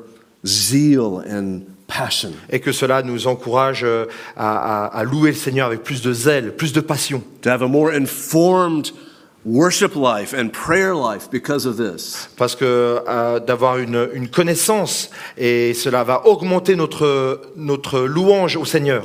[SPEAKER 1] zeal and passion,
[SPEAKER 2] Et que cela nous encourage euh, à, à- à louer le Seigneur avec plus de zèle, plus de passion.
[SPEAKER 1] to have a more informed worship life and prayer life because of this.
[SPEAKER 2] Parce que euh, d'avoir une, une connaissance, et cela va augmenter notre, notre louange au Seigneur.